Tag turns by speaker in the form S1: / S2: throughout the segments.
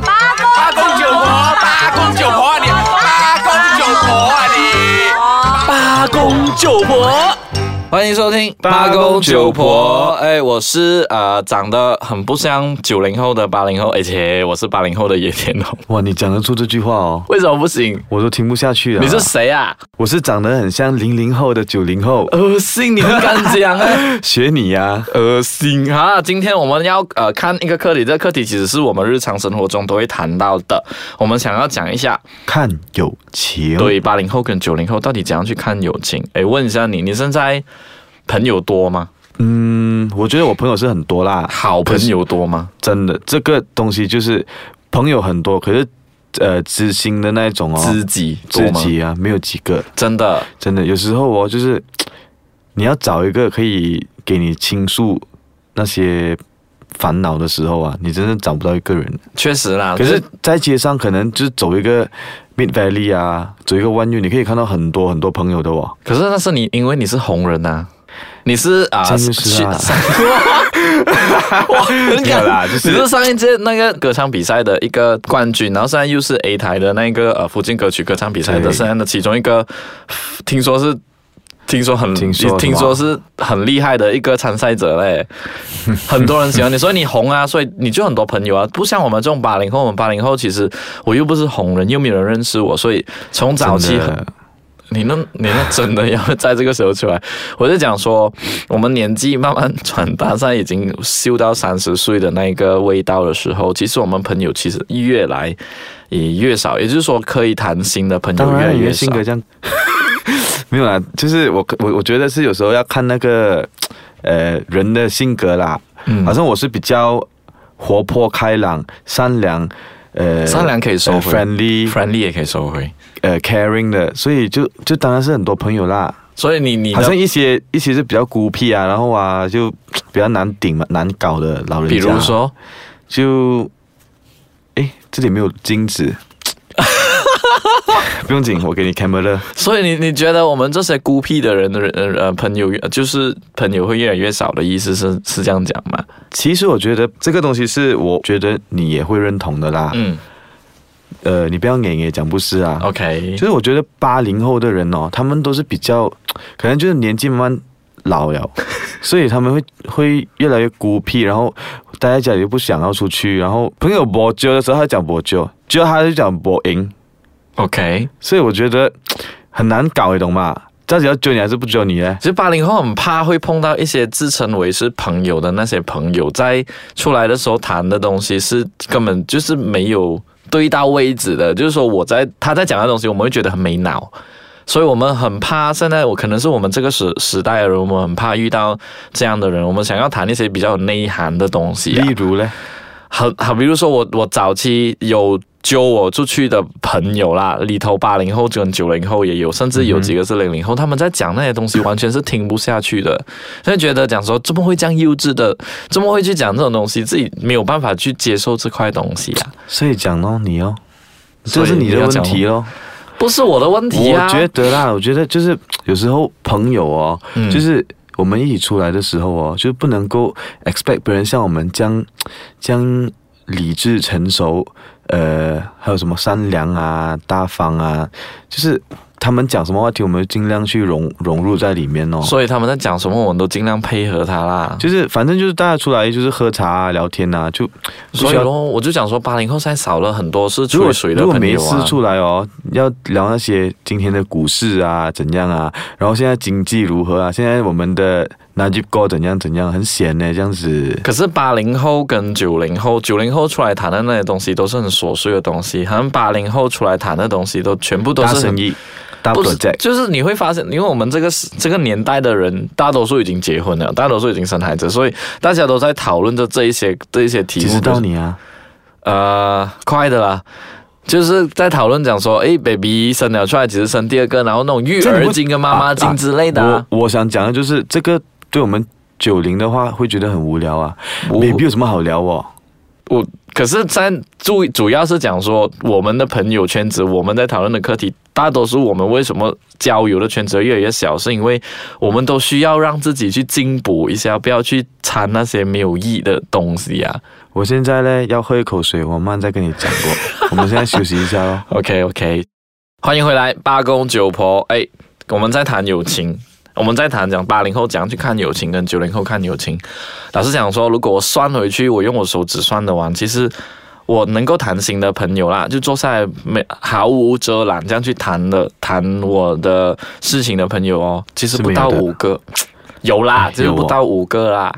S1: 八公九婆，八公九婆啊你，八公九婆啊你，
S2: 八公九婆。
S3: 欢迎收听
S2: 八公九婆
S3: 哎，我是呃长得很不像九零后的八零后，而且我是八零后的野田龙。
S2: 哇，你讲得出这句话哦，
S3: 为什么不行？
S2: 我都听不下去了。
S3: 你是谁啊？
S2: 我是长得很像零零后的九零后，呃
S3: 恶心！你不敢讲哎，
S2: 学你呀、
S3: 恶心哈！今天我们要呃看一个课题，这个课题其实是我们日常生活中都会谈到的。我们想要讲一下，
S2: 看友情。，
S3: 对八零后跟九零后到底怎样去看友情？哎，问一下你，你现在朋友多吗？
S2: 嗯，我觉得我朋友是很多啦，
S3: 好朋友多吗？
S2: 真的，这个东西就是朋友很多，可是呃，知心的那一种哦，
S3: 知己多
S2: 知
S3: 吗？
S2: 己啊，没有几个，
S3: 真的
S2: 真的，有时候哦，就是你要找一个可以给你倾诉那些烦恼的时候啊，你真的找不到一个人。
S3: 确实啦，
S2: 可是，在街上可能就是走一个 Mid Valley 啊，走一个弯运，你可以看到很多很多朋友的哦。
S3: 可是那是你，因为你是红人呐、啊你是啊，
S2: 真的是啊
S3: 上哇，很
S2: 没有啦就 是
S3: 你是上一届那个歌唱比赛的一个冠军，然后现在又是 A 台的那个呃福建歌曲歌唱比赛的
S2: 对
S3: 现在的其中一个，听说是。听说很
S2: 听说什么
S3: 听说是很厉害的一个参赛者 嘞，很多人喜欢你，所以你红啊，所以你就很多朋友啊，不像我们这种八零后，我们八零后其实我又不是红人，又没有人认识我，所以从早期
S2: 真
S3: 很
S2: 的
S3: 你那，你那真的要在这个时候出来？我就讲说，我们年纪慢慢转大，现在已经嗅到三十岁的那个味道的时候，其实我们朋友其实越来也越少，也就是说，可以谈心的朋友
S2: 当
S3: 越来
S2: 然，你
S3: 越
S2: 的
S3: 少
S2: 性。格这样， 没有啦，就是我我我觉得是有时候要看那个呃人的性格啦。
S3: 嗯
S2: 好像我是比较活泼开朗、善良，呃，
S3: 善良可以收
S2: 呃
S3: 回、
S2: friendly，
S3: friendly 也可以收回。
S2: 呃，caring 的，所以就就当然是很多朋友啦。
S3: 所以你你
S2: 好
S3: 的
S2: 像，一些一些是比较孤僻啊，然后啊就比较难顶嘛、难搞的老人家。
S3: 比如说，
S2: 就，哎，这里没有金子， 不用紧，我给你 camera。
S3: 所以你你觉得我们这些孤僻的人的人呃呃朋友越就是朋友会越来越少的意思是是这样讲吗？
S2: 其实我觉得这个东西是我觉得你也会认同的啦。
S3: 嗯
S2: 呃，你不要也也讲不是啊。
S3: ，OK，
S2: 就是我觉得八零后的人哦，他们都是比较，可能就是年纪慢慢老了，所以他们会会越来越孤僻，然后待在家里又不想要出去，然后朋友博酒的时候他讲博酒，就他就讲博赢，
S3: OK。
S2: 所以我觉得很难搞，你懂吗？到底要揪你还是不揪你呢？
S3: 其实八零后很怕会碰到一些自称为是朋友的那些朋友，在出来的时候谈的东西是根本就是没有对到位置的，就是说我在他在讲的东西，我们会觉得很没脑。所以我们很怕，现在我可能是我们这个时时代的人，我们很怕遇到这样的人。我们想要谈一些比较有内涵的东西、啊，
S2: 例如呢，
S3: 很好，比如说我我早期有揪我出去的朋友啦，里头八零后跟九零后也有，甚至有几个是零零后，他们在讲那些东西完全是听不下去的，就觉得讲说怎么会这样幼稚的，怎么会去讲这种东西，自己没有办法去接受这块东西啊，
S2: 所以讲咯，你哦，
S3: 所以
S2: 这是你的
S3: 你要
S2: 问
S3: 讲
S2: 题咯。
S3: 不是我的问题
S2: 我
S3: 啊。
S2: 觉得啦，我觉得就是有时候朋友哦，
S3: 嗯
S2: 就是我们一起出来的时候哦，就不能够 expect 别人像我们这样这样理智成熟，呃，还有什么善良啊、大方啊，就是他们讲什么话题，我们就尽量去融融入在里面哦。
S3: 所以他们在讲什么，我们都尽量配合他啦。
S2: 就是反正就是大家出来就是喝茶啊、聊天啊，就不
S3: 所
S2: 需
S3: 以
S2: 要
S3: 咯，我就讲说，八零后现在少了很多是
S2: 哦如
S3: 吹
S2: 果
S3: 水的
S2: 如果
S3: 朋
S2: 没
S3: 友
S2: 事
S3: 啊。
S2: 出来哦，要聊那些今天的股市啊，怎样啊，然后现在经济如何啊，现在我们的 Najib 哥怎样怎样，很闲呢，这样子。
S3: 可是八零后跟九零后，九零后出来谈的那些东西都是很琐碎的东西，好像八零后出来谈的东西都全部都
S2: 大
S3: 是很
S2: 生意，大
S3: 不是，
S2: project，
S3: 就是你会发现，因为我们这个时这个年代的人，大多数已经结婚了，大多数已经生孩子，所以大家都在讨论着这一些这一些题
S2: 几
S3: 目
S2: 时，到你啊？
S3: 呃，快的啦。就是在讨论讲说，诶 b a b y 生了出来，只是生第二个，然后那种育
S2: 这
S3: 儿
S2: 你不
S3: 经跟妈妈经之类的、啊
S2: 我我想讲的就是这个，对我们九零的话会觉得很无聊啊。
S3: 我
S2: Baby 有什么好聊哦？
S3: 我可是在主主要是讲说我们的朋友圈子，我们在讨论的课题，大多数我们为什么交友的圈子越来越小，是因为我们都需要让自己去进补一下，不要去掺那些没有意义的东西啊。
S2: 我现在呢要喝一口水，我慢再跟你讲 过。我们现在休息一下咯。
S3: OK OK，欢迎回来，八公九婆。哎，我们在谈友情，我们在谈讲八零后怎样去看友情，跟九零后看友情。老实讲说，如果我算回去，我用我手指算的完，其实我能够谈心的朋友啦，就坐下来没毫无遮拦这样去谈的谈我的事情的朋友哦，其实
S2: 是
S3: 不
S2: 没有
S3: 到
S2: 的
S3: 五个，有啦，
S2: 哎
S3: 就是
S2: 有哦
S3: 不到五个啦。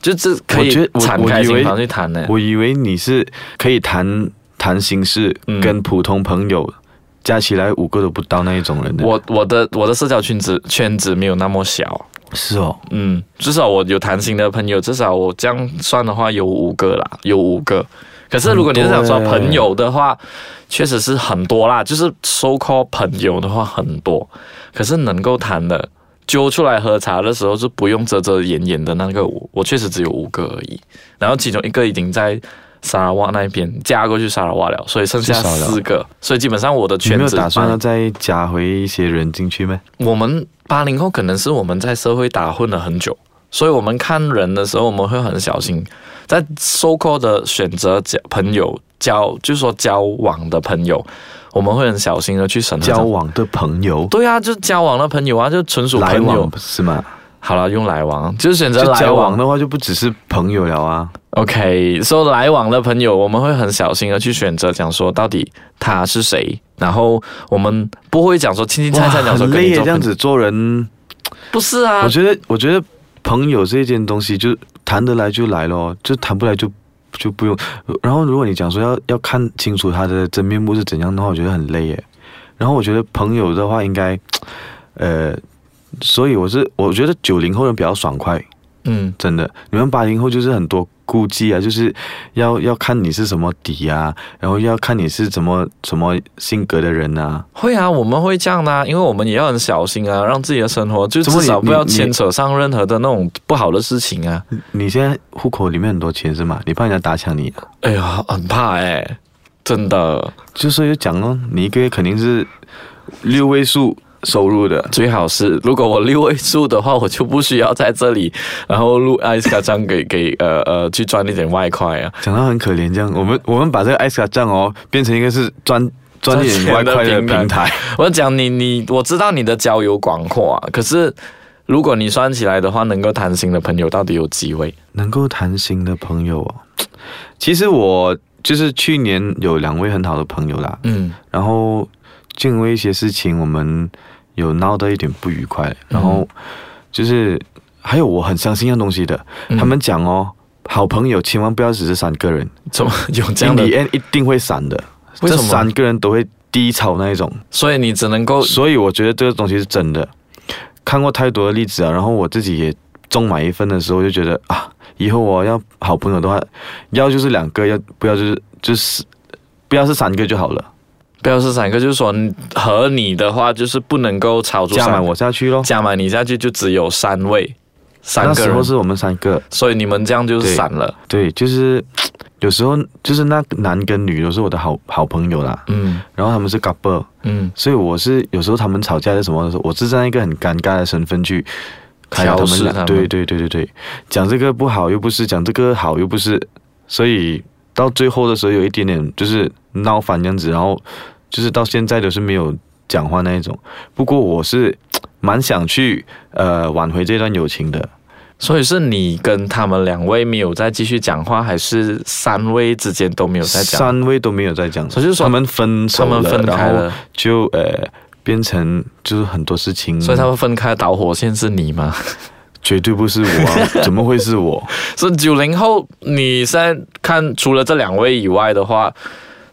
S3: 就这可以
S2: 我觉得我
S3: 敞
S2: 我
S3: 开
S2: 以
S3: 心
S2: 为
S3: 房去谈呢，
S2: 我以为你是可以谈谈心事，
S3: 嗯
S2: 跟普通朋友加起来五个都不到那一种人的。
S3: 我我的我的社交圈子圈子没有那么小，
S2: 是哦，
S3: 嗯，至少我有谈心的朋友，至少我这样算的话有五个啦，有五个。可是如果你是想说
S2: 很多欸
S3: 朋友的话，确实是很多啦，就是 so call 朋友的话很多，可是能够谈的，揪出来喝茶的时候是不用遮遮掩掩的那个我，我确实只有五个而已。然后其中一个已经在沙拉瓦那边嫁过去沙拉瓦了，所以剩下
S2: 去沙拉瓦
S3: 四个，所以基本上我的
S2: 你
S3: 圈
S2: 没有
S3: 子
S2: 打算要再加回一些人进去吗？
S3: 我们八零后可能是我们在社会打混了很久，所以我们看人的时候，我们会很小心，在收购的选择交朋友交，就是说交往的朋友，我们会很小心的去审核。
S2: 交往的朋友，
S3: 对啊，就是交往的朋友啊，就纯属
S2: 来
S3: 朋友
S2: 往。是吗？
S3: 好了，用来往，就是选择
S2: 就
S3: 来
S2: 交往
S3: 往。
S2: 的话，就不只是朋友了啊。
S3: OK，说、来往的朋友，我们会很小心的去选择，讲说到底他是谁，然后我们不会讲说轻轻
S2: 哇
S3: 菜菜讲说
S2: 很
S3: 跟
S2: 累
S3: 你
S2: 耶，
S3: 做
S2: 这样
S3: 朋友，
S2: 子做人。
S3: 不是啊，
S2: 我觉得，我觉得朋友这件东西，就谈得来就来咯，就谈不来就就不用。然后，如果你讲说要要看清楚他的真面目是怎样的话，我觉得很累耶。然后，我觉得朋友的话，应该，呃，所以我是我觉得九零后人比较爽快，
S3: 嗯。
S2: 真的，你们八零后就是很多顾忌啊，就是要要看你是什么底啊，然后要看你是怎么什么性格的人啊。
S3: 会啊，我们会这样的、啊，因为我们也要很小心啊，让自己的生活就
S2: 怎么
S3: 至
S2: 你
S3: 少不要
S2: 你
S3: 牵扯上任何的那种不好的事情啊。
S2: 你现在户口里面很多钱是吗？你怕人家打抢你、啊，
S3: 哎呀，很怕哎、真的，
S2: 就所以就讲咯，你一个月肯定是六位数收入的。
S3: 最好是如果我六位数的话，我就不需要在这里，然后录艾斯卡章给给呃呃去赚一点外快啊。
S2: 讲到很可怜这样，我们我们把这个艾斯卡账哦变成一个是赚赚一点外快的平
S3: 赚钱的平
S2: 台
S3: 台，我讲你你，我知道你的交友广阔啊，可是如果你算起来的话，能够谈心的朋友到底有几位？
S2: 能够谈心的朋友哦。其实我就是去年有两位很好的朋友啦，
S3: 嗯
S2: 然后就因为一些事情，我们有闹得一点不愉快，然后就是还有我很相信一样东西的，
S3: 嗯
S2: 他们讲哦，好朋友千万不要只是三个人，
S3: 怎么有这样
S2: 经
S3: 的
S2: 理 N 一定会散的，
S3: 为
S2: 这
S3: 什么
S2: 三个人都会低潮那一种，
S3: 所以你只能够
S2: 所以我觉得这个东西是真的，看过太多的例子啊，然后我自己也中买一份的时候就觉得啊，以后我要好朋友的话，要就是两个，要不要就是就是不要是三个就好了，
S3: 不要是三个，就是说你和你的话，就是不能够超出
S2: 加
S3: 三
S2: 满我下去咯。
S3: 加满你下去就只有三位，三
S2: 那
S3: 个
S2: 时候
S3: 人，
S2: 是我们三个，
S3: 所以你们这样就是散了。
S2: 对，就是有时候就是那男跟女都是我的好好朋友啦，
S3: 嗯
S2: 然后他们是 couple，
S3: 嗯，
S2: 所以我是有时候他们吵架是什么的时候，我是站在一个很尴尬的身份去开导
S3: 调
S2: 他
S3: 试
S2: 们俩，
S3: 他们
S2: 对对对对对，讲这个不好又不是，讲这个好又不是，所以到最后的时候有一点点就是闹翻这样子，然后就是到现在都是没有讲话那一种。不过我是蛮想去呃挽回这段友情的，
S3: 所以是你跟他们两位没有再继续讲话，还是三位之间都没有再讲？
S2: 三位都没有在讲，
S3: 所以就是说
S2: 他们分手
S3: 他们分开
S2: 然后
S3: 了，
S2: 就呃变成就是很多事情，
S3: 所以他们分开的导火线是你吗？
S2: 绝对不是我、 啊，怎么会是我？
S3: 所以九零后，你现在看除了这两位以外的话。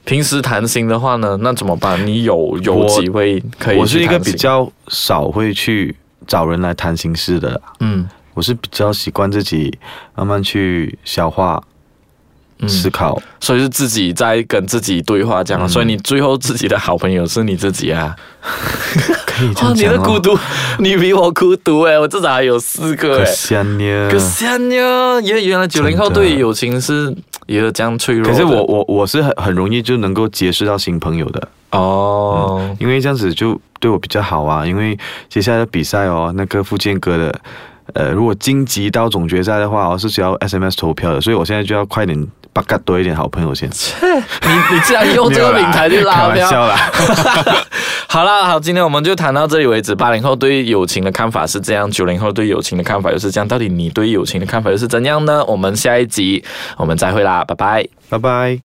S3: 平时谈心的话呢，那怎么办？你有有
S2: 我
S3: 几位可以
S2: 我是
S3: 去
S2: 一个
S3: 谈
S2: 比
S3: 心
S2: 较少会去找人来谈心事的啦，
S3: 嗯
S2: 我是比较习惯自己慢慢去消化、
S3: 嗯
S2: 思考。
S3: 所以是自己在跟自己对话这样，所以你最后自己的好朋友是你自己啊。
S2: 可以这
S3: 哦
S2: 样，
S3: 你
S2: 讲
S3: 的
S2: 哦
S3: 孤独，你比我孤独哎、我至少还有四个
S2: 可
S3: 哎、
S2: 惜啊你啊
S3: 可惜啊你啊，因为原来九零后
S2: 真的
S3: 对于友情是也有这样脆弱的。
S2: 可是我我我是很很容易就能够结识到新朋友的，
S3: 哦，
S2: 因为这样子就对我比较好啊。因为接下来的比赛哦，那个福建哥的呃，如果晋级到总决赛的话，哦我是需要 SMS 投票的，所以我现在就要快点把嘎多一点好 朋友先。
S3: 你你竟然用这个平台去拉
S2: 没 有啦开玩笑
S3: 票？
S2: 啦。
S3: 好啦，好，今天我们就谈到这里为止。八零后对友情的看法是这样，九零后对友情的看法又是这样。到底你对友情的看法又是怎样呢？我们下一集我们再会啦，拜拜。
S2: 拜拜。